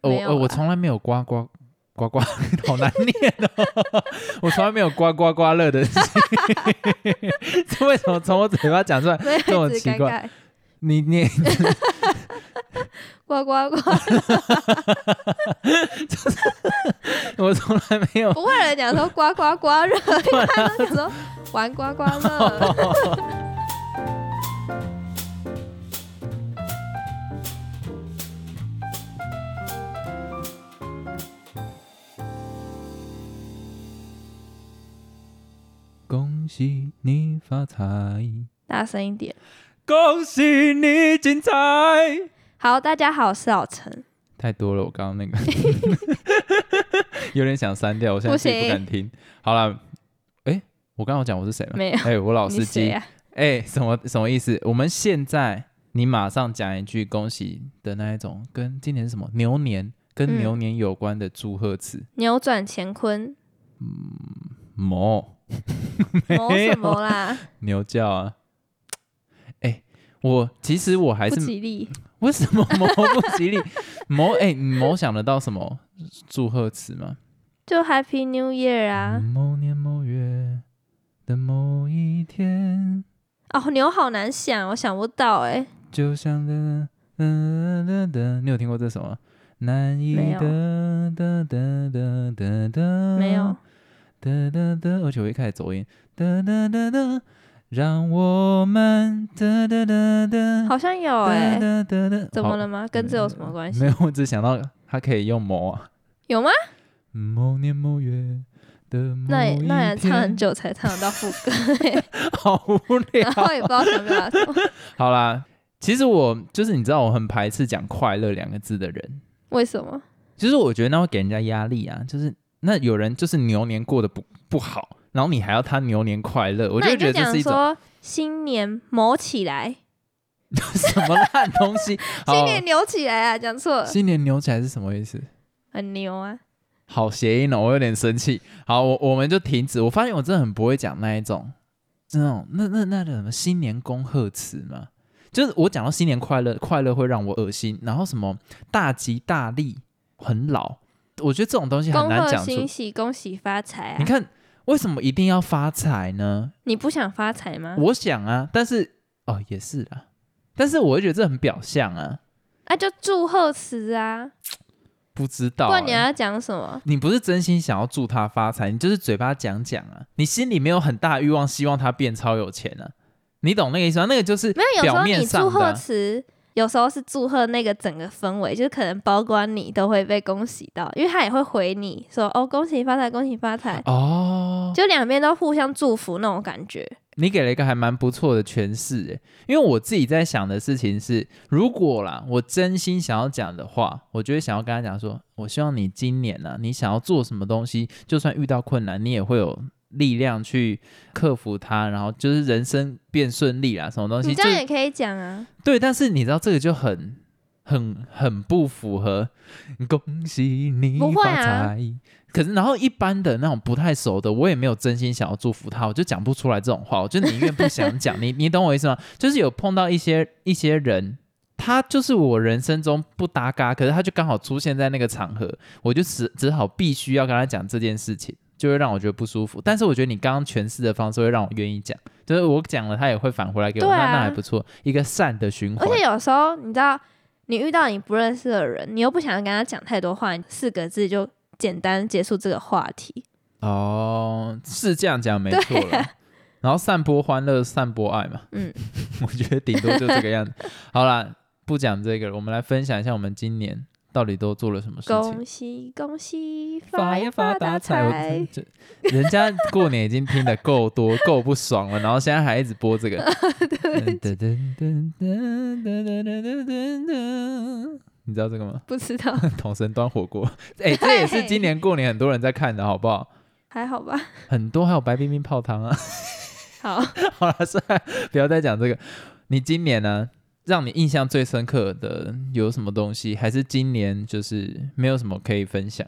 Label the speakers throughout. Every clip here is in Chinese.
Speaker 1: 呃我
Speaker 2: 没有
Speaker 1: 呃我
Speaker 2: 啊
Speaker 1: 从来没有刮刮刮刮， 好难念哦， 我从来没有刮刮刮乐的事情，这 为什么从我嘴巴讲出来
Speaker 2: 没有
Speaker 1: 这么
Speaker 2: 一直
Speaker 1: 奇
Speaker 2: 尴
Speaker 1: 怪？
Speaker 2: 尬，
Speaker 1: 你念
Speaker 2: 呱呱呱，
Speaker 1: 我从来没有
Speaker 2: 不会有人讲说呱呱呱热，因
Speaker 1: 啊
Speaker 2: 为他都想说玩刮刮乐。
Speaker 1: 恭喜你发财，
Speaker 2: 大声一点。
Speaker 1: 恭喜你精彩。
Speaker 2: 好，大家好，我是老陈。
Speaker 1: 太多了，我刚刚那个 有点想删掉，我现在
Speaker 2: 不
Speaker 1: 自己不
Speaker 2: 行
Speaker 1: 敢听。好了，哎、我刚刚有讲我是谁吗？
Speaker 2: 没有
Speaker 1: 哎、我 老司
Speaker 2: 你谁
Speaker 1: 机。
Speaker 2: 啊呀？
Speaker 1: 哎、什么什么意思？我们现在你马上讲一句恭喜的那一种，跟今年是什么牛年跟
Speaker 2: 嗯
Speaker 1: 牛年有关的祝贺词。
Speaker 2: 扭转乾坤，
Speaker 1: 某、
Speaker 2: 谋什么啦？
Speaker 1: 牛叫啊！哎、我其实我还
Speaker 2: 不
Speaker 1: 是
Speaker 2: 吉利。
Speaker 1: 为什么某不吉利？ 某哎、你某想得到什么祝贺词吗？
Speaker 2: 就 Happy New Year 啊！
Speaker 1: 某年某月的某一天，
Speaker 2: 哦，牛好难想，我想不到哎。
Speaker 1: 就像的嗯的的，你有听过这首吗？难以
Speaker 2: 没有
Speaker 1: 的的的的的的，
Speaker 2: 没有，
Speaker 1: 的的的，而且我一开始走音，的的的的，让我们的的的的，
Speaker 2: 好像有
Speaker 1: 的
Speaker 2: 哎。
Speaker 1: 的的的，
Speaker 2: 怎
Speaker 1: 嗯好
Speaker 2: 么了？吗？跟这有什么关系
Speaker 1: 没？有，我只想到它可以用某啊。
Speaker 2: 有吗？
Speaker 1: 某年某月的某
Speaker 2: 那也
Speaker 1: 一
Speaker 2: 那也唱很
Speaker 1: 天，
Speaker 2: 久才唱得到副歌，
Speaker 1: 好无聊
Speaker 2: 然。后也不知道想表达什么。
Speaker 1: 好啦，其实我就是你知道，我很排斥讲快乐两个字的人。
Speaker 2: 为什么？
Speaker 1: 其实我觉得那会给人家压力啊，就是那有人就是牛年过得不不好，然后你还要他牛年快乐，我
Speaker 2: 那
Speaker 1: 就
Speaker 2: 你
Speaker 1: 觉得这
Speaker 2: 讲
Speaker 1: 是一种
Speaker 2: 说新年谋起来，
Speaker 1: 什么烂东 西。
Speaker 2: 新
Speaker 1: 好
Speaker 2: 年扭起来啊！讲错了，
Speaker 1: 新年扭起来是什么意思？
Speaker 2: 很牛啊！
Speaker 1: 好谐音哦，我有点生气。好，我我们就停止。我发现我真的很不会讲那一种，那种那那那叫什么新年恭贺词嘛，就是我讲到新年快乐，快乐会让我恶心。然后什么大吉大利，很老，我觉得这种东西很
Speaker 2: 恭
Speaker 1: 难
Speaker 2: 贺
Speaker 1: 讲出
Speaker 2: 新。喜，恭喜发财啊
Speaker 1: 你！看为什么一定要发财呢？
Speaker 2: 你不想发财吗？
Speaker 1: 我想啊，但是哦也是啦，但是我会觉得这很表象啊，
Speaker 2: 啊，就祝贺词啊，
Speaker 1: 不知道、
Speaker 2: 不然你
Speaker 1: 欸
Speaker 2: 还要讲什么？
Speaker 1: 你不是真心想要祝他发财，你就是嘴巴讲讲啊，你心里没有很大欲望，希望他变超有钱啊，你懂那个意思吗？那个就是
Speaker 2: 没有，有时
Speaker 1: 表
Speaker 2: 候
Speaker 1: 面
Speaker 2: 你祝
Speaker 1: 上的啊、
Speaker 2: 贺词，有时候是祝贺那个整个氛围，就是可能包括你都会被恭喜到，因为他也会回你说哦，恭喜发财，恭喜发财，
Speaker 1: 哦。
Speaker 2: 就两边都互相祝福那种感觉。
Speaker 1: 你给了一个还蛮不错的诠释，诶，因为我自己在想的事情是，如果啦，我真心想要讲的话，我就会想要跟他讲说，我希望你今年呢、啊，你想要做什么东西，就算遇到困难，你也会有力量去克服它，然后就是人生变顺利啦，什么东西。
Speaker 2: 你这
Speaker 1: 就
Speaker 2: 样
Speaker 1: 是
Speaker 2: 也可以讲啊，
Speaker 1: 对，但是你知道这个就很很很不符合。恭喜你
Speaker 2: 不会
Speaker 1: 发
Speaker 2: 啊
Speaker 1: 财！可是然后一般的那种不太熟的，我也没有真心想要祝福他，我就讲不出来这种话，我就宁愿不想 讲。你你懂我意思吗？就是有碰到一些一些人。他就是我人生中不搭嘎，可是他就刚好出现在那个场合，我就只只好必须要跟他讲这件事情，就会让我觉得不舒服。但是我觉得你刚刚诠释的方式会让我愿意讲，就是我讲了，他也会反回来给我，
Speaker 2: 对啊
Speaker 1: 那那还不错，一个善的循环
Speaker 2: 而。且有时候你知道，你遇到你不认识的人，你又不想跟他讲太多话，你四个字就简单结束这个话题。
Speaker 1: 哦，是这样讲没
Speaker 2: 对
Speaker 1: 错了。然后散播欢乐，散播爱嘛。
Speaker 2: 嗯，
Speaker 1: 我觉得顶多就这个样子。好啦，不讲这个了，我们来分享一下我们今年到底都做了什么事情。
Speaker 2: 恭喜恭喜，发呀发大
Speaker 1: 我
Speaker 2: 财！
Speaker 1: 这这人家过年已经听得够多、够不爽了，然后现在还一直播这个。噔噔噔噔噔噔噔噔噔噔，你知道这个吗？
Speaker 2: 不知 道，
Speaker 1: 统神端火锅，哎、这也是今年过年很多人在看的，好不好？
Speaker 2: 还好吧？
Speaker 1: 很多还有白冰冰泡汤啊。
Speaker 2: 好，
Speaker 1: 好了，算了，不要再讲这个。你今年呢、让你印象最深刻的有什么东西？还是今年就是没有什么可以分享，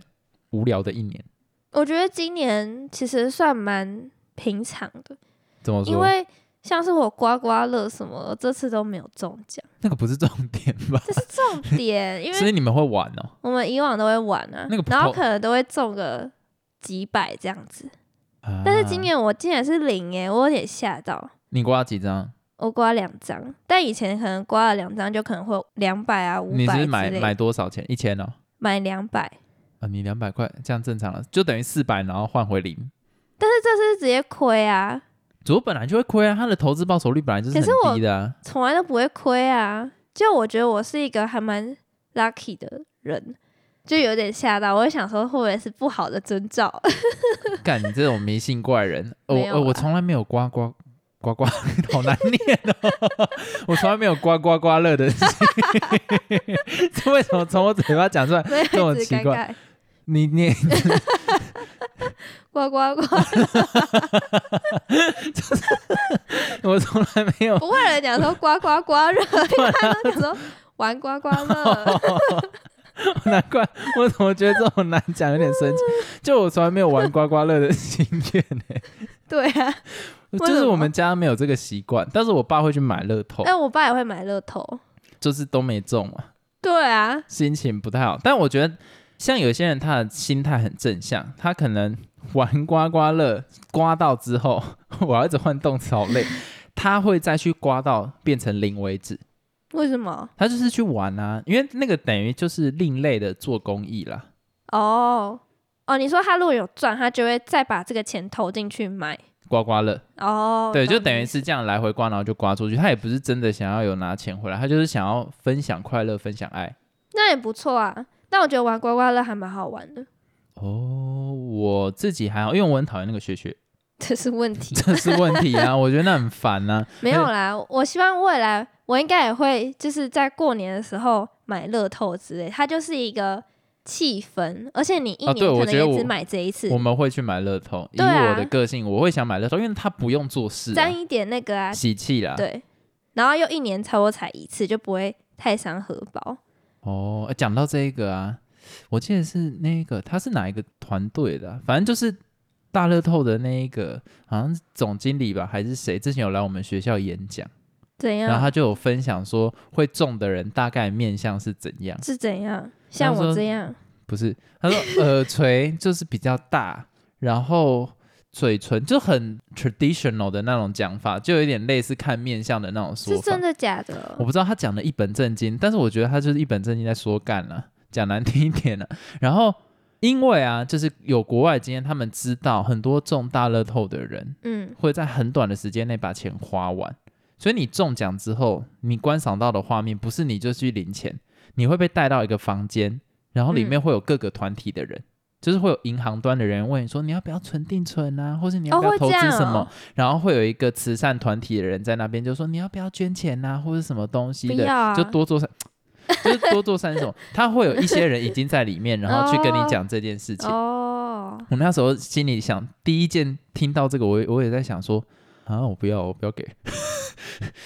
Speaker 1: 无聊的一年？
Speaker 2: 我觉得今年其实算蛮平常的，
Speaker 1: 怎么说？
Speaker 2: 因为像是我刮刮乐什么，我这次都没有中奖，
Speaker 1: 那个不是重点 吧？
Speaker 2: 这是重点，因
Speaker 1: 所
Speaker 2: 为
Speaker 1: 以你们会玩哦。
Speaker 2: 我们以往都会玩啊
Speaker 1: 那个，不
Speaker 2: 然
Speaker 1: 够
Speaker 2: 后可能都会中个几百这样子，
Speaker 1: 啊
Speaker 2: 但是今年我竟然是零诶、我有点吓到。
Speaker 1: 你刮了几张？
Speaker 2: 我刮两张，但以前可能刮了两张就可能会两百啊、五
Speaker 1: 你
Speaker 2: 百
Speaker 1: 是
Speaker 2: 之
Speaker 1: 买
Speaker 2: 类
Speaker 1: 买
Speaker 2: 的，
Speaker 1: 多少钱？一千哦。
Speaker 2: 买两百，
Speaker 1: 啊，你两百块这样正常了，就等于四百，然后换回零。
Speaker 2: 但是这次直接亏啊，
Speaker 1: 主播本来就会亏啊，他的投资报酬率本来就是
Speaker 2: 可是
Speaker 1: 很
Speaker 2: 我
Speaker 1: 低的、啊。
Speaker 2: 从来都不会亏啊。就我觉得我是一个还蛮 lucky 的人，就有点吓到，我就想说会不会是不好的征兆？
Speaker 1: 干你这种迷信怪人，呃我
Speaker 2: 没有啊
Speaker 1: 呃我
Speaker 2: 啦
Speaker 1: 从来没有刮刮刮刮，好难念哦， 我从来没有刮刮刮乐的事情， 这为什么从我嘴巴讲出来？
Speaker 2: 没有，
Speaker 1: 这么
Speaker 2: 一直
Speaker 1: 奇
Speaker 2: 尴
Speaker 1: 怪
Speaker 2: 尬，
Speaker 1: 你你
Speaker 2: 刮刮刮，
Speaker 1: 我从来没有，
Speaker 2: 不会有人讲说刮刮刮热， 因为他们讲说玩刮刮 乐，
Speaker 1: 难怪我怎么觉得这种难讲有点生气，就我从来没有玩刮刮乐的经验呢、
Speaker 2: 对 啊。
Speaker 1: 就
Speaker 2: 为什
Speaker 1: 是
Speaker 2: 么呃
Speaker 1: 我们家没有这个习惯，但是我爸会去买乐透，
Speaker 2: 但我爸也会买乐透，
Speaker 1: 就是都没中嘛。
Speaker 2: 对啊，
Speaker 1: 心情不太好。但我觉得，像有些人他的心态很正向，他可能玩刮刮乐刮到之后，我要一直换动词，好累。他会再去刮到变成零为止，
Speaker 2: 为什么？
Speaker 1: 他就是去玩啊，因为那个等于就是另类的做公益啦。
Speaker 2: 哦哦，你说他如果有赚，他就会再把这个钱投进去买。
Speaker 1: 刮刮乐，
Speaker 2: 哦，
Speaker 1: 对，
Speaker 2: 懂
Speaker 1: 就等
Speaker 2: 你
Speaker 1: 于
Speaker 2: 意思
Speaker 1: 是这样来回刮，然后就刮出去。他也不是真的想要有拿钱回来，他就是想要分享快乐，分享爱。
Speaker 2: 那也不错啊。但我觉得玩刮刮乐还蛮好玩的，
Speaker 1: 哦，我自己还好，因为我很讨厌那个学学，
Speaker 2: 这是问题。
Speaker 1: 这是问题啊，我觉得那很烦啊呐、
Speaker 2: 没有啦，我希望未来我应该也会就是在过年的时候买乐透之类，它就是一个气氛，而且你一
Speaker 1: 啊对
Speaker 2: 年
Speaker 1: 我
Speaker 2: 可
Speaker 1: 觉
Speaker 2: 能
Speaker 1: 得
Speaker 2: 也
Speaker 1: 我
Speaker 2: 只买这一次
Speaker 1: 我，们会去买乐透。以
Speaker 2: 对啊
Speaker 1: 我的个性，我会想买乐透，因为它不用做事、
Speaker 2: 沾
Speaker 1: 啊，
Speaker 2: 一点那个啊，
Speaker 1: 喜气啦。，
Speaker 2: 对，然后又一年差不多才一次，就不会太伤荷包。
Speaker 1: 哦，呃讲到这个啊，我记得是那个他是哪一个团队的啊、反正就是大乐透的那一个，好像是总经理吧还是谁，之前有来我们学校演讲，
Speaker 2: 怎
Speaker 1: 然后
Speaker 2: 样？
Speaker 1: 他就有分享说会中的人大概面相是怎样，
Speaker 2: 是怎样？像
Speaker 1: 说
Speaker 2: 我这样，
Speaker 1: 不是？他说耳垂就是比较大， 然后。嘴唇就很 traditional 的那种讲法，就有点类似看面相的那种说
Speaker 2: 是
Speaker 1: 法。
Speaker 2: 真的假的
Speaker 1: 我？不知道他讲的一本正经，但是我觉得他就是一本正经在说干了、讲难听一点了、然后因为啊，就是有国外经验，他们知道很多中大乐透的人
Speaker 2: 嗯，
Speaker 1: 会在很短的时间内把钱花完，所以你中奖之后，你观赏到的画面不是你就去领钱，你会被带到一个房间，然后里
Speaker 2: 嗯
Speaker 1: 面会有各个团体的人。就是会有银行端的人问你说你要不要存定存啊，或是你要
Speaker 2: 哦
Speaker 1: 不要
Speaker 2: 会
Speaker 1: 投
Speaker 2: 这
Speaker 1: 资
Speaker 2: 样
Speaker 1: 什么，
Speaker 2: 哦
Speaker 1: 然后会有一个慈善团体的人在那边就说你要不要捐钱啊，或是什么东西
Speaker 2: 不
Speaker 1: 的，
Speaker 2: 要啊，
Speaker 1: 就多做善， 就是多做善事。他会有一些人已经在里面，然后去跟你讲这件事情。
Speaker 2: 哦，
Speaker 1: 我那时候心里想，第一件听到这个，我也我也在想说，啊，我不要，我不要给，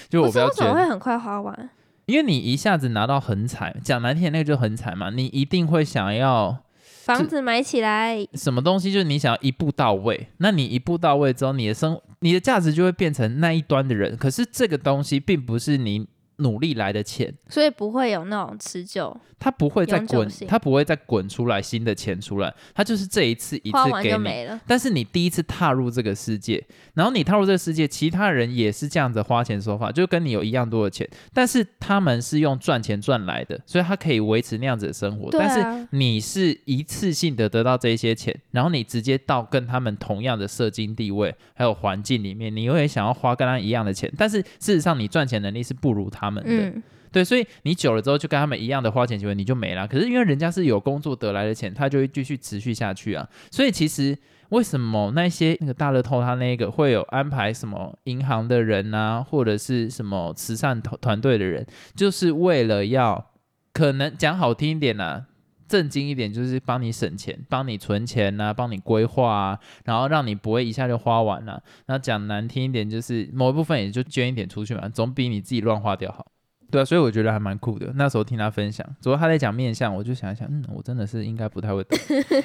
Speaker 1: 就我
Speaker 2: 可
Speaker 1: 不
Speaker 2: 是
Speaker 1: 要
Speaker 2: 为什
Speaker 1: 捐，
Speaker 2: 么会很快花完？
Speaker 1: 因为你一下子拿到横财，讲难听点那个就横财嘛，你一定会想要
Speaker 2: 房子买起来，
Speaker 1: 什么东西，就是你想要一步到位。那你一步到位之后，你的生你的价值就会变成那一端的人。可是这个东西并不是你努力来的钱，
Speaker 2: 所以不会有那种持久，
Speaker 1: 它不会再
Speaker 2: 永久
Speaker 1: 滚，
Speaker 2: 性
Speaker 1: 它不会再滚出来新的钱出来，它就是这一次一
Speaker 2: 花
Speaker 1: 次
Speaker 2: 完
Speaker 1: 给
Speaker 2: 就
Speaker 1: 你。
Speaker 2: 没了。
Speaker 1: 但是你第一次踏入这个世界，然后你踏入这个世界，其他人也是这样子花钱手法，就跟你有一样多的钱，但是他们是用赚钱赚来的，所以他可以维持那样子的生活。
Speaker 2: 对
Speaker 1: 但是
Speaker 2: 啊，
Speaker 1: 你是一次性的得到这些钱，然后你直接到跟他们同样的社经地位还有环境里面，你永远想要花跟他一样的钱，但是事实上你赚钱能力是不如他们的。
Speaker 2: 嗯，
Speaker 1: 对，所以你久了之后就跟他们一样的花钱行为，你就没了。可是因为人家是有工作得来的钱，他就会继续持续下去啊。所以其实为什么那些那个大乐透他那个会有安排什么银行的人啊，或者是什么慈善团团队的人，就是为了要可能讲好听一点啦、正经一点就是帮你省钱，帮你存钱呐、帮你规划啊，然后让你不会一下就花完了、那讲难听一点，就是某一部分也就捐一点出去嘛，总比你自己乱花掉好。对啊，所以我觉得还蛮酷的。那时候听他分享，主要他在讲面相，我就想一想，嗯，我真的是应该不太 会懂。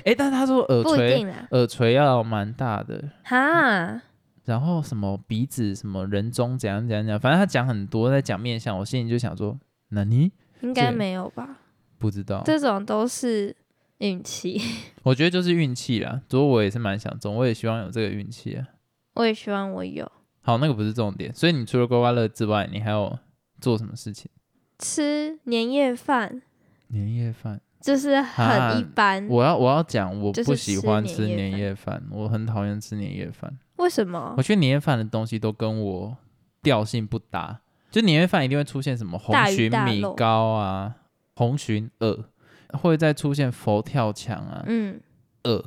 Speaker 1: 哎，但是他说耳
Speaker 2: 不一
Speaker 1: 垂，
Speaker 2: 定啦。
Speaker 1: 耳垂要蛮大的，
Speaker 2: 哈，
Speaker 1: 然后什么鼻子什么人中怎样怎样怎样，反正他讲很多在讲面相，我心里就想说，那你
Speaker 2: 应该
Speaker 1: 对
Speaker 2: 没有吧？
Speaker 1: 不知道，
Speaker 2: 这种都是运气。
Speaker 1: 我觉得就是运气啦。不过我也是蛮想中，我也希望有这个运气啊。
Speaker 2: 我也希望我有
Speaker 1: 好，那个不是重点。所以你除了刮刮乐之外，你还有做什么事情？
Speaker 2: 吃年夜饭，
Speaker 1: 年夜饭，
Speaker 2: 就是很一般。
Speaker 1: 啊我要我要讲，我
Speaker 2: 嗯就是
Speaker 1: 不喜欢
Speaker 2: 吃
Speaker 1: 吃
Speaker 2: 年夜
Speaker 1: 年夜饭，我很讨厌吃年夜饭。
Speaker 2: 为什么
Speaker 1: 我？觉得年夜饭的东西都跟我调性不搭，就年夜饭一定会出现什么红
Speaker 2: 大鱼
Speaker 1: 鲟
Speaker 2: 大
Speaker 1: 米
Speaker 2: 肉
Speaker 1: 糕啊、红鲟饵，会再出现佛跳墙啊、
Speaker 2: 嗯，
Speaker 1: 饵，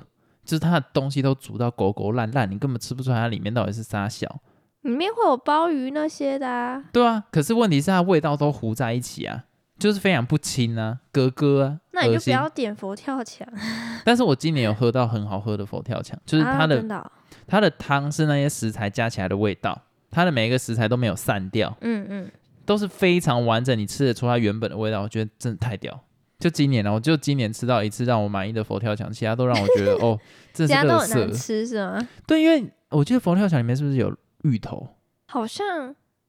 Speaker 1: 就是它的东西都煮到狗狗烂烂，你根本吃不出来它里面到底是啥小。
Speaker 2: 里面会有鲍鱼那些的啊。
Speaker 1: 对啊，可是问题是它味道都糊在一起啊，就是非常不清啊，格格啊，
Speaker 2: 那你
Speaker 1: 恶
Speaker 2: 就不
Speaker 1: 心。
Speaker 2: 要点佛跳墙
Speaker 1: 但是我今年有喝到很好喝的佛跳墙，就是它
Speaker 2: 啊！
Speaker 1: 的、
Speaker 2: 真的哦、
Speaker 1: 它的汤是那些食材加起来的味道，它的每一个食材都没有散掉，
Speaker 2: 嗯嗯，
Speaker 1: 都是非常完整，你吃得出它原本的味道，我觉得真的太屌。就今年啊，我就今年吃到一次让我满意的佛跳墙，其他都让我觉得 哦，这
Speaker 2: 其
Speaker 1: 是
Speaker 2: 他都
Speaker 1: 垃
Speaker 2: 很难
Speaker 1: 圾。
Speaker 2: 吃是吗？
Speaker 1: 对，因为我记得佛跳墙里面是不是有芋头？
Speaker 2: 好像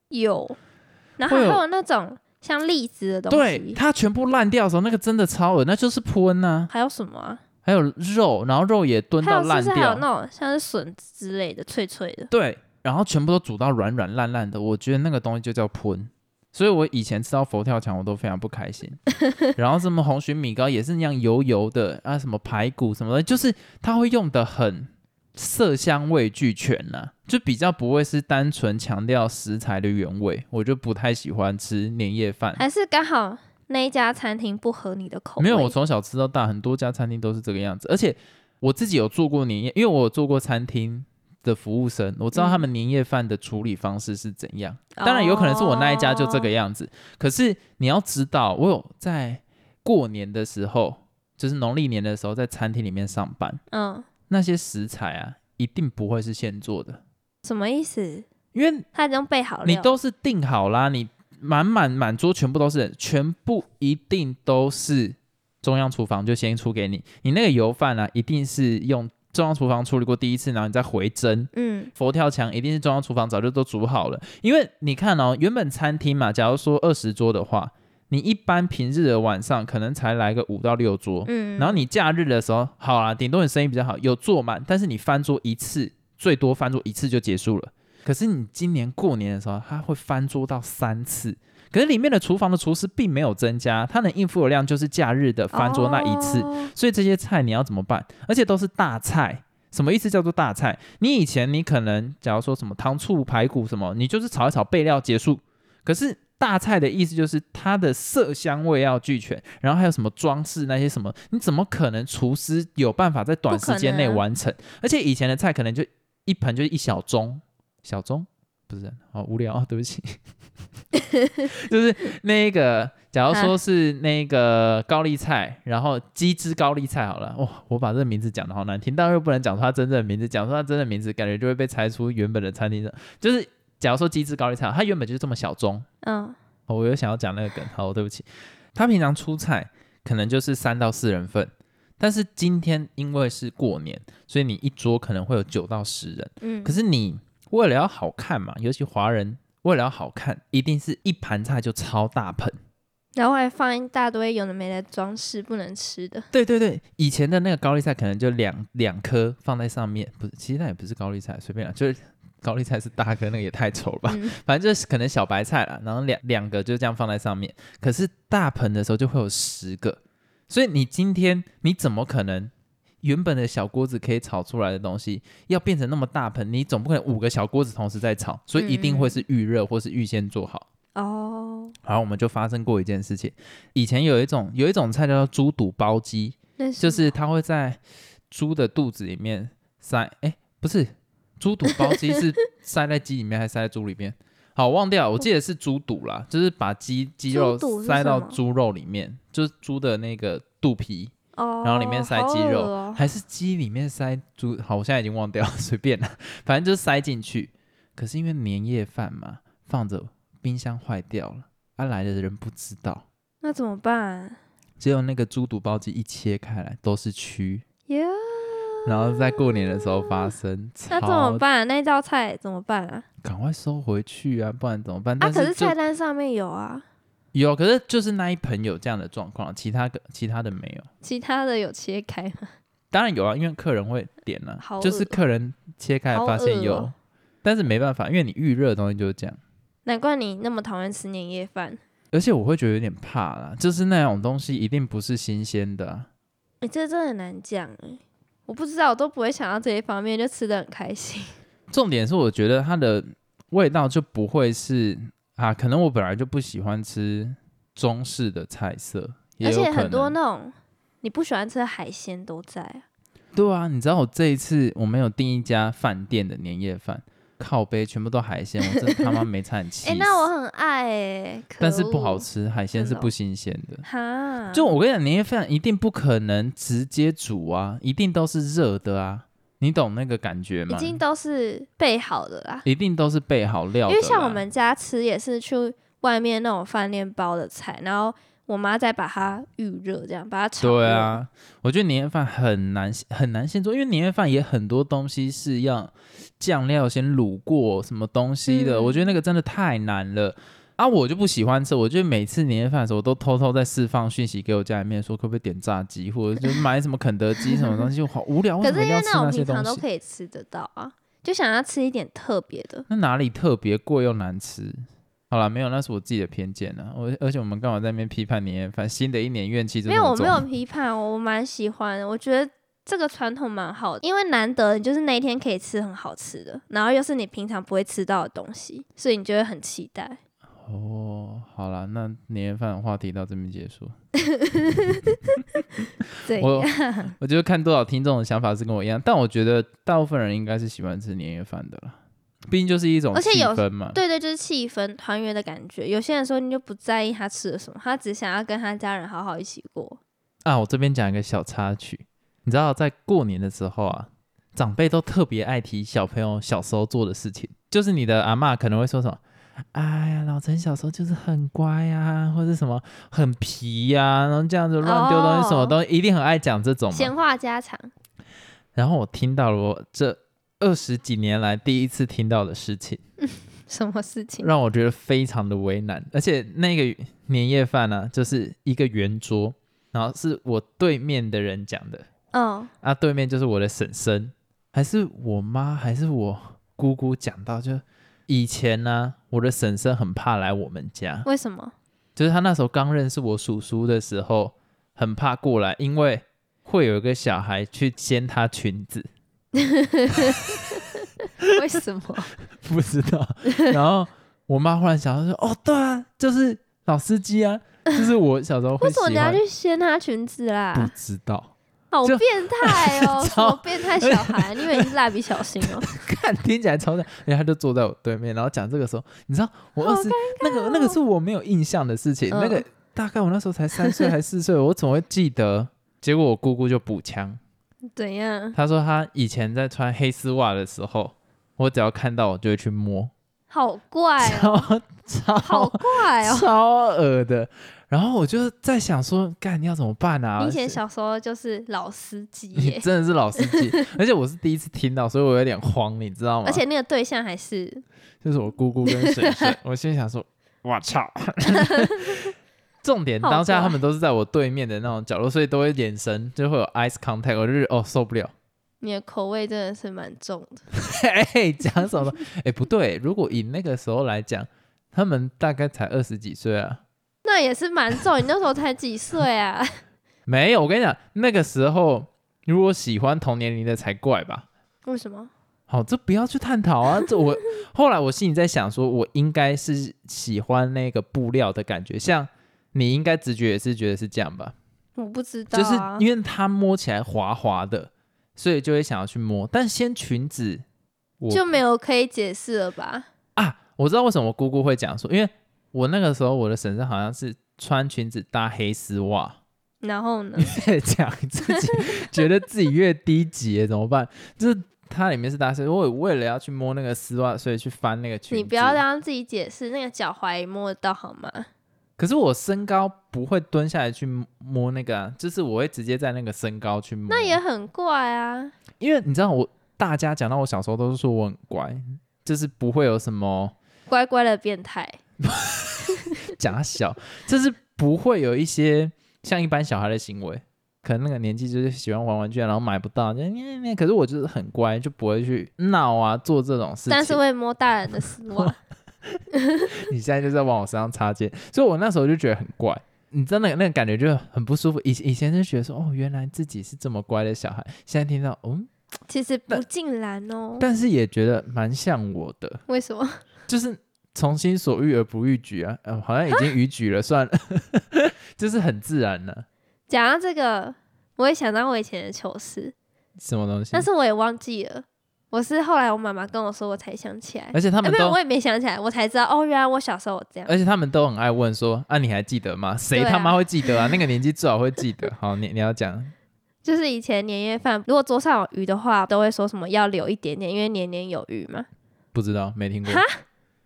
Speaker 2: 有，然后
Speaker 1: 会
Speaker 2: 还
Speaker 1: 有
Speaker 2: 有那种像栗子的东
Speaker 1: 对，
Speaker 2: 西，
Speaker 1: 它全部烂掉的时候，那个真的超恶，那就是喷呐、
Speaker 2: 还有什么、啊？
Speaker 1: 还有肉，然后肉也炖
Speaker 2: 还
Speaker 1: 到
Speaker 2: 有是不
Speaker 1: 烂
Speaker 2: 是还有
Speaker 1: 掉。
Speaker 2: 那种像是笋子之类的脆脆的？
Speaker 1: 对，然后全部都煮到软软烂烂的，我觉得那个东西就叫喷。所以我以前吃到佛跳墙，我都非常不开心。然后什么红鲟米糕也是那样油油的啊，什么排骨什么的，就是它会用的很色香味俱全呐、就比较不会是单纯强调食材的原味。我就不太喜欢吃年夜饭。
Speaker 2: 还是刚好那一家餐厅不合你的口味？
Speaker 1: 没有，我从小吃到大，很多家餐厅都是这个样子。而且我自己有做过年夜，因为我有做过餐厅的服务生，我知道他
Speaker 2: 嗯
Speaker 1: 们年夜饭的处理方式是怎样。当然，有可能是我那一家就这个
Speaker 2: 哦
Speaker 1: 样子。可是你要知道，我有在过年的时候，就是农历年的时候，在餐厅里面上班，
Speaker 2: 嗯，
Speaker 1: 那些食材啊，一定不会是现做的，
Speaker 2: 什么意思？
Speaker 1: 因为
Speaker 2: 他已经备好了，
Speaker 1: 你都是定好啦，你满满满桌全部都是人，全部一定都是中央厨房就先出给你。你那个油饭啊，一定是用中央厨房处理过第一次，然后你再回蒸。
Speaker 2: 嗯
Speaker 1: 佛跳墙一定是中央厨房早就都煮好了，因为你看哦，原本餐厅嘛，假如说二十桌的话，你一般平日的晚上可能才来个五到六桌，
Speaker 2: 嗯，
Speaker 1: 哦然后你假日的时候，好啦，顶多你生意比较好，有坐满，但是你翻桌一次，最多翻桌一次就结束了。可是你今年过年的时候，它会翻桌到三次，可是里面的厨房的厨师并没有增加，它能应付的量就是假日的翻桌那一次，
Speaker 2: 哦
Speaker 1: 所以这些菜你要怎么办？而且都是大菜。什么意思叫做大菜？你以前你可能假如说什么糖醋排骨什么，你就是炒一炒备料结束。可是大菜的意思就是它的色香味要俱全，然后还有什么装饰那些什么，你怎么可能厨师有办法在短时间内
Speaker 2: 不可能啊
Speaker 1: 完成？而且以前的菜可能就一盆就是一小盅，小盅不是好无聊啊、对不起， 就是那个，假如说是那个高丽菜，然后鸡汁高丽菜好了，哇、我把这个名字讲的好难听，但又不能讲出它真正的名字，讲出它真正的名字，感觉就会被拆出原本的餐厅的。就是假如说鸡汁高丽菜，它原本就是这么小盅，
Speaker 2: 嗯
Speaker 1: 哦我又想要讲那个梗，好，对不起。他平常出菜可能就是三到四人份，但是今天因为是过年，所以你一桌可能会有九到十人。
Speaker 2: 嗯，
Speaker 1: 可是你为了要好看嘛，尤其华人为了要好看，一定是一盘菜就超大盆。
Speaker 2: 然后还放一大堆有的没的装饰，不能 吃的。
Speaker 1: 对对对，以前的那个高丽菜可能就两两颗放在上面，不是，其实那也不是高丽菜，随便啦，就是高丽菜是大颗，那个也太丑了吧。
Speaker 2: 嗯
Speaker 1: 反正就是可能小白菜啦，然后两两个就这样放在上面。可是大盆的时候就会有十个，所以你今天你怎么可能原本的小锅子可以炒出来的东西，要变成那么大盆？你总不可能五个小锅子同时在炒，所以一定会是预热或是预先做好。
Speaker 2: 哦，
Speaker 1: 然后我们就发生过一件事情，以前有一种有一种菜叫做猪肚包鸡，
Speaker 2: 那
Speaker 1: 就是它会在猪的肚子里面塞，哎，不是，猪肚包鸡 是塞在鸡里面还是塞在猪里面？好，忘掉了，我记得是猪肚啦，就是把鸡鸡
Speaker 2: 猪
Speaker 1: 肉
Speaker 2: 肚是
Speaker 1: 塞
Speaker 2: 什
Speaker 1: 到
Speaker 2: 么
Speaker 1: 猪肉里面，就是猪的那个肚皮，
Speaker 2: 哦，
Speaker 1: 然后里面塞鸡肉
Speaker 2: 好恶哦
Speaker 1: 还是鸡里面塞猪？好，我现在已经忘掉了， 随便啦，反正就是塞进去。可是因为年夜饭嘛，放着冰箱坏掉了，啊来的人不知道，
Speaker 2: 那怎么办？
Speaker 1: 只有那个猪肚包鸡一切开来都是蛆，
Speaker 2: 耶、
Speaker 1: 然后在过年的时候发生，
Speaker 2: 那怎
Speaker 1: 超
Speaker 2: 么办、那道菜怎么办啊？
Speaker 1: 赶快收回去啊，不然怎么办？
Speaker 2: 啊，
Speaker 1: 但
Speaker 2: 可是
Speaker 1: 就
Speaker 2: 菜单上面有啊，
Speaker 1: 有，可是就是那一盆有这样的状况，其他个其他的没有。
Speaker 2: 其他的有切开吗？
Speaker 1: 当然有啊，因为客人会点啊，
Speaker 2: 好
Speaker 1: 就是
Speaker 2: 恶
Speaker 1: 客人切开
Speaker 2: 好
Speaker 1: 发现
Speaker 2: 恶
Speaker 1: 有，
Speaker 2: 哦
Speaker 1: 但是没办法，因为你预热的东西就是这样。
Speaker 2: 难怪你那么讨厌吃年夜饭。
Speaker 1: 而且我会觉得有点怕啦，就是那种东西一定不是新鲜的啊、
Speaker 2: 你、这真的很难讲哎、我不知道，我都不会想到这一方面，就吃的很开心。
Speaker 1: 重点是我觉得它的味道就不会是啊，可能我本来就不喜欢吃中式的菜色， 也
Speaker 2: 而
Speaker 1: 有
Speaker 2: 且
Speaker 1: 可能
Speaker 2: 很多那种你不喜欢吃的海鲜都在啊、
Speaker 1: 对啊，你知道我这一次我们有订一家饭店的年夜饭，靠背全部都海 鲜，我真的他妈没餐气
Speaker 2: 哎、
Speaker 1: 死。
Speaker 2: 那我很爱哎、可
Speaker 1: 但是不好
Speaker 2: 恶。
Speaker 1: 吃，海鲜是
Speaker 2: 真的哦
Speaker 1: 不新鲜的。
Speaker 2: 哈，
Speaker 1: 就我跟你讲，年夜饭一定不可能直接煮啊，一定都是热的啊，你懂那个感觉
Speaker 2: 已
Speaker 1: 吗？
Speaker 2: 经都是备好的啦。
Speaker 1: 一定都是备好料的
Speaker 2: 因
Speaker 1: 啦，
Speaker 2: 为像我们家吃也是去外面那种饭店包的菜，然后我妈再把它预热，这样把它炒。
Speaker 1: 对，啊，我觉得年夜饭很难很难现做，因为年夜饭也很多东西是要酱料先卤过什么东西的，
Speaker 2: 嗯
Speaker 1: 我觉得那个真的太难了。啊，我就不喜欢吃，我觉得每次年夜饭的时候，我都偷偷在释放讯息给我家里面，说可不可以点炸鸡，或者就买什么肯德基什么 东西，我好无聊，为
Speaker 2: 可
Speaker 1: 什么
Speaker 2: 是
Speaker 1: 一
Speaker 2: 因
Speaker 1: 哦定要吃
Speaker 2: 为那种
Speaker 1: 些
Speaker 2: 平常
Speaker 1: 东
Speaker 2: 都
Speaker 1: 西？
Speaker 2: 可以吃得到啊，就想要吃一点特别的。
Speaker 1: 那哪里特别贵又难吃？好了，没有，那是我自己的偏见了、我而且我们刚好在那边批判年夜饭，新的一年怨气就
Speaker 2: 没有，
Speaker 1: 这
Speaker 2: 我
Speaker 1: 么重
Speaker 2: 没有批判，我我蛮喜欢的，我觉得。这个传统蛮好的，因为难得你就是那一天可以吃很好吃的，然后又是你平常不会吃到的东西，所以你就会很期待。
Speaker 1: 哦，好啦，那年夜饭的话题到这边结束。
Speaker 2: 对，
Speaker 1: 我我觉得看多少听众的想法是跟我一样，但我觉得大部分人应该是喜欢吃年夜饭的啦，毕竟就是一种
Speaker 2: 而且
Speaker 1: 气
Speaker 2: 有
Speaker 1: 氛嘛。
Speaker 2: 对对，就是气氛团圆的感觉。有些人说你就不在意他吃了什么，他只想要跟他家人好好一起过。
Speaker 1: 啊，我这边讲一个小插曲，你知道在过年的时候啊，长辈都特别爱提小朋友小时候做的事情，就是你的阿嬷可能会说什么。哎呀，老陈小时候就是很乖呀、或者什么很皮呀、然后这样子乱丢东西，什么
Speaker 2: 哦
Speaker 1: 东西、一定很爱讲这种嘛。
Speaker 2: 闲话家常，
Speaker 1: 然后我听到了我这二十几年来第一次听到的事情，
Speaker 2: 什么 事情？
Speaker 1: 让我觉得非常的为难。而且那个年夜饭呢、就是一个圆桌，然后是我对面的人讲的，
Speaker 2: 嗯，
Speaker 1: 啊，对面就是我的婶婶，还是我妈，还是我姑姑讲到，就以前呢、我的婶婶很怕来我们家，
Speaker 2: 为什么？
Speaker 1: 就是她那时候刚认识我叔叔的时候，很怕过来，因为会有一个小孩去掀她裙子。
Speaker 2: 为 什么？
Speaker 1: 不知道。然后我妈忽然想到说：“哦，对啊，就是老司机啊，就是我小时候会
Speaker 2: 为
Speaker 1: 喜
Speaker 2: 什么
Speaker 1: 欢。
Speaker 2: 你要去掀他裙子
Speaker 1: 不
Speaker 2: 啦？
Speaker 1: 知道，
Speaker 2: 好
Speaker 1: 就
Speaker 2: 变 态哦！什
Speaker 1: 超
Speaker 2: 么变态小孩？你以为你是蜡笔小新 哦？
Speaker 1: 看听起来超像，然后他就坐在我对面，然后讲这个时候，你知道我
Speaker 2: 好哦
Speaker 1: 二十那个那个是我没有印象的事情，那个
Speaker 2: 嗯
Speaker 1: 大概我那时候才三岁还四岁，我怎么会记得？结果我姑姑就补枪，
Speaker 2: 怎样？
Speaker 1: 她说她以前在穿黑丝袜的时候，我只要看到我就会去摸，
Speaker 2: 好怪哦！
Speaker 1: 超超
Speaker 2: 好怪哦！
Speaker 1: 超恶的。然后我就在想说，干你要怎么办啊？
Speaker 2: 你以前
Speaker 1: 是
Speaker 2: 小时候就是老司机
Speaker 1: 你
Speaker 2: 耶，
Speaker 1: 真的是老司 机，而且我是第一次听到，所以我有点慌，你知道吗？
Speaker 2: 而且那个对象还是
Speaker 1: 就是我姑姑跟婶 婶，我心里想说，我操！重点
Speaker 2: 好
Speaker 1: 当下
Speaker 2: 怪
Speaker 1: 他们都是在我对面的那种角落，所以都会眼神就会有 eyes contact，我就是哦受不 了。
Speaker 2: 你的口味真的是蛮重的。
Speaker 1: 哎、讲什么？哎、不对，如果以那个时候来讲，他们大概才二十几岁啊。
Speaker 2: 那也是蛮重，你那时候才几岁啊？
Speaker 1: 没有，我跟你讲，那个时候如果喜欢同年龄的才怪吧。
Speaker 2: 为什么？
Speaker 1: 好，这不要去探讨啊！这 我后来我心里在想说，我应该是喜欢那个布料的感觉，像你应该直觉也是觉得是这样吧，
Speaker 2: 我不知道、
Speaker 1: 就是
Speaker 2: 啊，
Speaker 1: 因为它摸起来滑滑的，所以就会想要去摸。但掀裙子，我
Speaker 2: 就没有可以解释了吧？
Speaker 1: 啊，我知道为什么我姑姑会讲说，因为我那个时候我的婶婶好像是穿裙子搭黑丝袜，
Speaker 2: 然后呢？
Speaker 1: 在讲自己觉得自己越低级耶怎么办？就是它里面是搭黑，我为了要去摸那个丝袜，所以去翻那个裙子。嗯
Speaker 2: 你不要让自己解释，那个脚踝也摸得到好吗？
Speaker 1: 可是我身高不会蹲下来去摸那个、啊，就是我会直接在那个身高去摸。
Speaker 2: 那也很怪啊。
Speaker 1: 因为你知道我，大家讲到我小时候都是说我很乖，就是不会有什么
Speaker 2: 乖乖的变态，
Speaker 1: 假小，就是不会有一些像一般小孩的行为。可能那个年纪就是喜欢玩玩具啊，然后买不到，就咩咩。可是我就是很乖，就不会去闹啊，做这种事情。
Speaker 2: 但是会摸大人的丝袜。
Speaker 1: 你现在就在往我身上插剑，所以我那时候就觉得很怪，你知道那个那个感觉就很不舒服。以以前就觉得说，哦，原来自己是这么乖的小孩，现在听到，嗯，
Speaker 2: 其实不尽然哦。
Speaker 1: 但是也觉得蛮像我的，
Speaker 2: 为什么？
Speaker 1: 就是从心所欲而不逾矩啊，嗯、好像已经逾矩了，算了， 就是很自然了、
Speaker 2: 讲到这个，我也想到我以前的糗事，
Speaker 1: 什么东西
Speaker 2: 但？是我也忘记了。我是后来我妈妈跟我说，我才想起来。
Speaker 1: 而且他
Speaker 2: 哎，
Speaker 1: 们
Speaker 2: 没有，
Speaker 1: 都哎
Speaker 2: 我，也没想起来，我才知道哦，原来我小时候我这样。
Speaker 1: 而且他们都很爱问说，啊，你还记得吗？谁
Speaker 2: 对啊
Speaker 1: 他妈会记得啊？那个年纪最好会记得。好，你你要讲，
Speaker 2: 就是以前年夜饭，如果桌上有鱼的话，都会说什么要留一点点，因为年年有余嘛。
Speaker 1: 不知道，没听过
Speaker 2: 哈。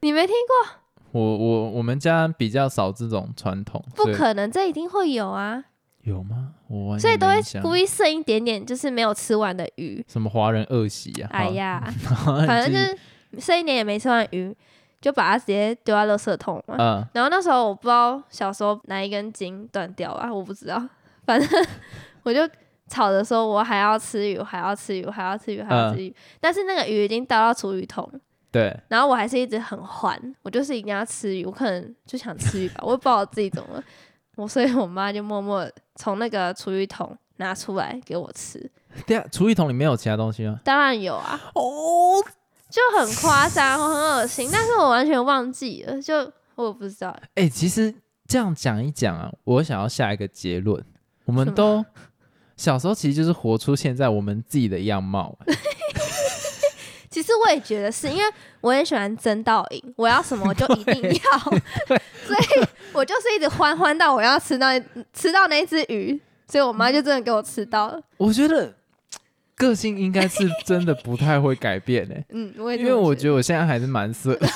Speaker 2: 你没听过？
Speaker 1: 我我我们家比较少这种传统，
Speaker 2: 不
Speaker 1: 所以
Speaker 2: 可能，这一定会有啊。
Speaker 1: 有吗？我完全
Speaker 2: 所以都
Speaker 1: 没
Speaker 2: 会
Speaker 1: 印象
Speaker 2: 故意剩一点点，就是没有吃完的鱼。
Speaker 1: 什么华人恶习呀、
Speaker 2: 哎 呀，
Speaker 1: 好，
Speaker 2: 反正
Speaker 1: 你
Speaker 2: 就
Speaker 1: 继续
Speaker 2: 是剩一点也没吃完鱼，就把它直接丢到垃圾桶嘛。
Speaker 1: 嗯，
Speaker 2: 然后那时候我不知道小时候哪一根筋断掉啊，我不知道， 反正我就吵着说我还要吃鱼，我还要吃鱼，我还要吃鱼，我还要吃鱼。但是那个鱼已经倒到厨余桶，
Speaker 1: 对，
Speaker 2: 然后我还是一直很缓，我就是一定要吃鱼，我可能就想吃鱼吧，我也不知道我自己怎么了， 我所以我妈就默默从那个厨余桶拿出来给我吃，
Speaker 1: 对啊，厨艺桶里面有其他东西吗？
Speaker 2: 当然有啊，
Speaker 1: 哦，
Speaker 2: 就很夸张，很恶心，但是我完全忘记了，就我也不知道，
Speaker 1: 哎、其实这样讲一讲啊，我想要下一个结论，我
Speaker 2: 什
Speaker 1: 们
Speaker 2: 么
Speaker 1: 都小时候其实就是活出现在我们自己的样貌、哎
Speaker 2: 其实我也觉得是因为我很喜欢争到赢， 我要什么我就一定要， 所以我就是一直欢欢到我要吃到吃到那一只鱼，所以我妈就真的给我吃到了。
Speaker 1: 我觉得个性应该是真的不太会改变 哎、
Speaker 2: 嗯，我也
Speaker 1: 因为我觉
Speaker 2: 得
Speaker 1: 得我现在还是蛮色 的。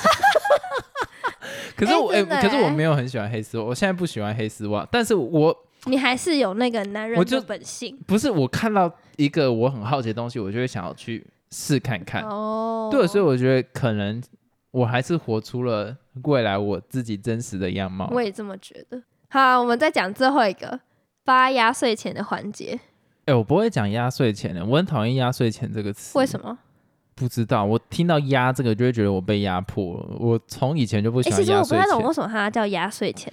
Speaker 1: 可是我
Speaker 2: 哎
Speaker 1: 哎、
Speaker 2: 真的
Speaker 1: 可是我
Speaker 2: 哎
Speaker 1: 没有很喜欢黑丝袜，我现在不喜欢黑丝袜，但是我
Speaker 2: 你还是有那个男人
Speaker 1: 我就
Speaker 2: 的本性
Speaker 1: 不是我看到一个我很好奇的东西，我就会想要去试看看。
Speaker 2: 哦。
Speaker 1: 对，所以我觉得可能我还是活出了未来我自己真实的样貌。
Speaker 2: 我也这么觉得。好，我们再讲最后一个发压岁钱的环节，
Speaker 1: 哎、我不会讲压岁钱的，我很讨厌压岁钱这个词。
Speaker 2: 为什么？
Speaker 1: 不知道，我听到“压”这个就会觉得我被压迫了。我从以前就不喜
Speaker 2: 哎、
Speaker 1: 欢
Speaker 2: 其实我
Speaker 1: 压
Speaker 2: 不
Speaker 1: 岁
Speaker 2: 太
Speaker 1: 钱，
Speaker 2: 懂为什么它叫压岁钱。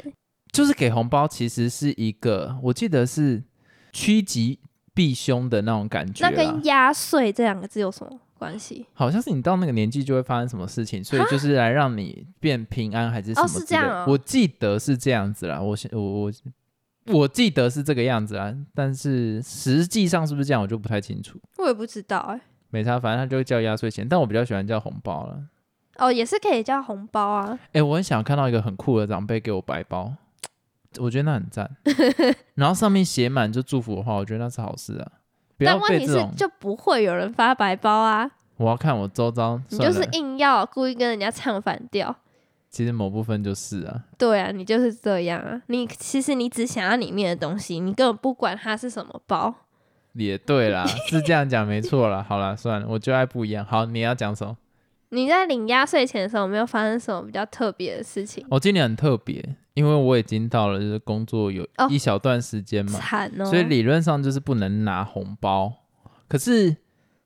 Speaker 1: 就是给红包，其实是一个我记得是趋吉避凶的那种感觉
Speaker 2: 那
Speaker 1: 啦。
Speaker 2: 跟压岁这两个字有什么关系？
Speaker 1: 好像是你到那个年纪就会发生什么事情，所以就是来让你变平安还是什么
Speaker 2: 哦是
Speaker 1: 之类
Speaker 2: 这
Speaker 1: 的。
Speaker 2: 样哦
Speaker 1: 我记得是这样子啦，我是我我我记得是这个样子啦，但是实际上是不是这样我就不太清楚。
Speaker 2: 我也不知道哎、
Speaker 1: 没差，反正他就叫压岁钱，但我比较喜欢叫红包了。
Speaker 2: 哦，也是可以叫红包啊。
Speaker 1: 哎、我很想看到一个很酷的长辈给我白包，我觉得那很 赞。然后上面写满就祝福的话，我觉得那是好事啊。不要
Speaker 2: 但问
Speaker 1: 被
Speaker 2: 题
Speaker 1: 这
Speaker 2: 是
Speaker 1: 种，
Speaker 2: 就不会有人发白包啊，
Speaker 1: 我要看我周遭，
Speaker 2: 你
Speaker 1: 算
Speaker 2: 就是
Speaker 1: 了
Speaker 2: 硬要故意跟人家唱反调。
Speaker 1: 其实某部分就是啊。
Speaker 2: 对啊，你就是这样啊。你其实你只想要里面的东西，你根本不管它是什么包。
Speaker 1: 也对 啦，是这样讲没错啦。好啦，算了，我就爱不一样。好，你要讲什么？
Speaker 2: 你在领压岁钱的时候，有没有发生什么比较特别的事情？
Speaker 1: 哦我、今年很特别，因为我已经到了就是工作有
Speaker 2: 哦
Speaker 1: 一小段时间嗯嘛，
Speaker 2: 惨哦！
Speaker 1: 所以理论上就是不能拿红包。可是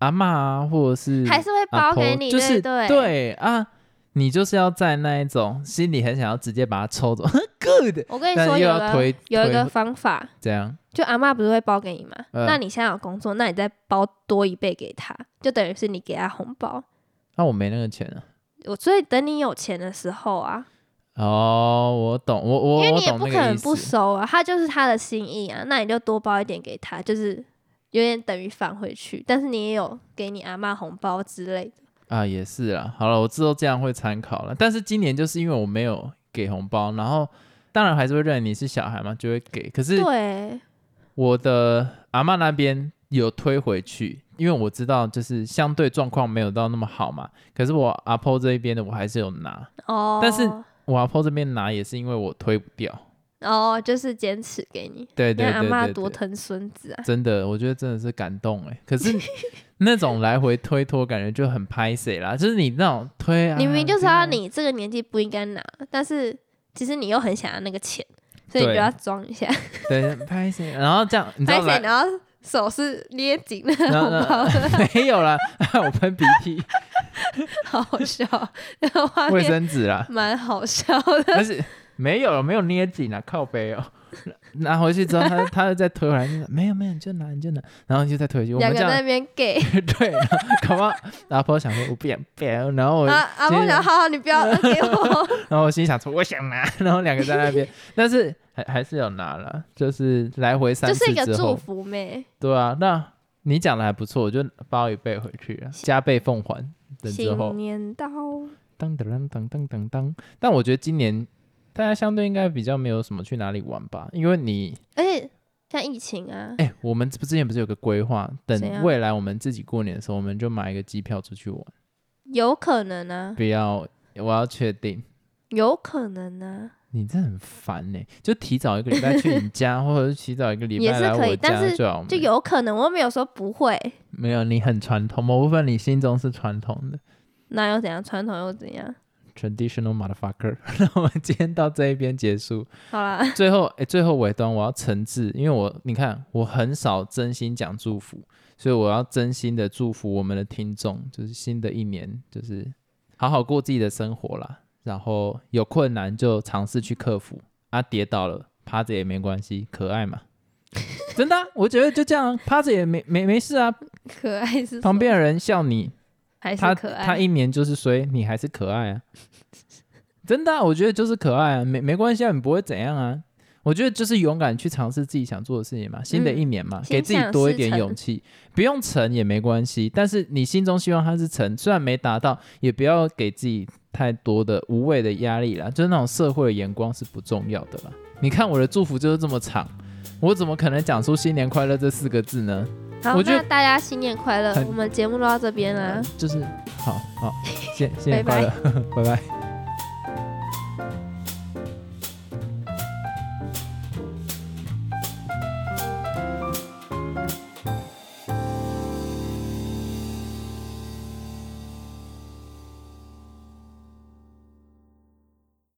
Speaker 1: 阿嬷啊，或者是
Speaker 2: 还是会
Speaker 1: 阿
Speaker 2: 包
Speaker 1: 婆
Speaker 2: 给你，
Speaker 1: 就是
Speaker 2: 对不对。
Speaker 1: 对啊，你就是要在那一种心里很想要直接把它抽走 ，good，
Speaker 2: 我跟你
Speaker 1: 但
Speaker 2: 说，
Speaker 1: 又
Speaker 2: 有
Speaker 1: 要
Speaker 2: 个
Speaker 1: 推
Speaker 2: 有一个
Speaker 1: 推
Speaker 2: 方法，
Speaker 1: 这样
Speaker 2: 就阿嬷不是会包给你吗？
Speaker 1: 嗯
Speaker 2: 那你现在有工作，那你再包多一倍给她，就等于是你给她红包。
Speaker 1: 那、我没那个钱啊。
Speaker 2: 我所以等你有钱的时候啊，
Speaker 1: 哦，我懂，我我
Speaker 2: 因为
Speaker 1: 我
Speaker 2: 你也
Speaker 1: 懂
Speaker 2: 不
Speaker 1: 那
Speaker 2: 可
Speaker 1: 个
Speaker 2: 能
Speaker 1: 意
Speaker 2: 不
Speaker 1: 思。
Speaker 2: 收啊，他就是他的心意啊，那你就多包一点给他，就是有点等于返回去，但是你也有给你阿嬷红包之类的。
Speaker 1: 啊，也是啦。好了，我之后这样会参考了。但是今年就是因为我没有给红包，然后当然还是会认你是小孩嘛，就会给。可是
Speaker 2: 对，
Speaker 1: 我的阿嬷那边有推回去，因为我知道就是相对状况没有到那么好嘛。可是我阿婆这一边的我还是有拿，
Speaker 2: 哦，
Speaker 1: 但是我阿婆这边拿也是因为我推不掉，
Speaker 2: 然后哦就是坚持给你。
Speaker 1: 对对
Speaker 2: 看阿
Speaker 1: 对
Speaker 2: 妈
Speaker 1: 对
Speaker 2: 多
Speaker 1: 对，
Speaker 2: 疼孙子啊！
Speaker 1: 真的，我觉得真的是感动哎。可 是那种来回推脱，感觉就很拍谁啦。就是你那种推啊，
Speaker 2: 你明明就知道
Speaker 1: 要
Speaker 2: 你这个年纪不应该拿，但是其实你又很想要那个钱，所以你
Speaker 1: 对
Speaker 2: 就要装一下，
Speaker 1: 对拍谁，然后这样你知
Speaker 2: 拍
Speaker 1: 道
Speaker 2: 谁
Speaker 1: 来，
Speaker 2: 然后手是捏紧的
Speaker 1: 然后
Speaker 2: 红包，
Speaker 1: 然后没有啦，我喷鼻涕，
Speaker 2: 好好笑，那个画
Speaker 1: 卫
Speaker 2: 面
Speaker 1: 生纸啦，
Speaker 2: 蛮好笑的。
Speaker 1: 但是没有没有捏紧啊，靠背哦。拿拿回去之后，他他又再推回来，就说没有没有，你就拿你就拿，然后就再推回去。我
Speaker 2: 两
Speaker 1: 们
Speaker 2: 个
Speaker 1: 这
Speaker 2: 在
Speaker 1: 样
Speaker 2: 那边给
Speaker 1: 对，然后搞不好阿婆想说我不想变，然后我、
Speaker 2: 啊，阿
Speaker 1: 今
Speaker 2: 婆
Speaker 1: 天
Speaker 2: 讲好好，你不 要给我，
Speaker 1: 然后我心想说我想拿，然后两个在那边，但是还还是有拿了，就是来回三
Speaker 2: 就
Speaker 1: 次
Speaker 2: 是一个
Speaker 1: 之
Speaker 2: 祝
Speaker 1: 后，
Speaker 2: 福妹。
Speaker 1: 对啊，那你讲的还不错，我就包一倍回去了，加倍奉还的之后
Speaker 2: 新，年到，
Speaker 1: 当当当当当当当，但我觉得今年大家相对应该比较没有什么去哪里玩吧，因为你
Speaker 2: 而且像疫情啊，
Speaker 1: 哎、我们之前不是有个规划，
Speaker 2: 怎样
Speaker 1: 等未来我们自己过年的时候，我们就买一个机票出去玩，
Speaker 2: 有可能啊，
Speaker 1: 不要，我要确定。
Speaker 2: 有可能啊，
Speaker 1: 你这很烦呢、就提早一个礼拜去你家，或者是提早一个礼
Speaker 2: 也
Speaker 1: 拜
Speaker 2: 是
Speaker 1: 来
Speaker 2: 可以
Speaker 1: 我
Speaker 2: 但
Speaker 1: 家
Speaker 2: 是
Speaker 1: 最好没。
Speaker 2: 就有可能，我又没有说不会，
Speaker 1: 没有？你很传统，某部分你心中是传统的
Speaker 2: 哪有怎样传统又怎样？
Speaker 1: traditional motherfucker。那我们今天到这一边结束。
Speaker 2: 好啦，
Speaker 1: 最后，哎、最后尾端我要诚挚，因为我你看我很少真心讲祝福，所以我要真心的祝福我们的听众，就是新的一年，就是好好过自己的生活啦。然后有困难就尝试去克服，啊，跌倒了趴着也没关系，可爱嘛。真的啊、我觉得就这样啊趴着也没没没事啊，
Speaker 2: 可爱是什么
Speaker 1: 旁边的人笑你，
Speaker 2: 还是
Speaker 1: 他
Speaker 2: 可
Speaker 1: 他
Speaker 2: 爱，
Speaker 1: 一年就是衰，你还是可爱啊， 真的啊、我觉得就是可爱啊，没没关系啊，你不会怎样啊。我觉得就是勇敢去尝试自己想做的事
Speaker 2: 嗯
Speaker 1: 情嘛，新的一年嘛，
Speaker 2: 心
Speaker 1: 给自己
Speaker 2: 想
Speaker 1: 多一
Speaker 2: 事
Speaker 1: 点
Speaker 2: 成
Speaker 1: 勇气，不用成也没关系，但是你心中希望它是成，虽然没达到，也不要给自己太多的无谓的压力啦，就是那种社会的眼光是不重要的啦。你看我的祝福就是这么长，我怎么可能讲出新年快乐这四个字呢？
Speaker 2: 好，
Speaker 1: 我觉
Speaker 2: 那
Speaker 1: 得
Speaker 2: 大家新年快乐
Speaker 1: 很！
Speaker 2: 我们节目都到这边啦、啊
Speaker 1: 就是好好，新新年
Speaker 2: 拜
Speaker 1: 快
Speaker 2: 嗯拜
Speaker 1: 乐，拜拜。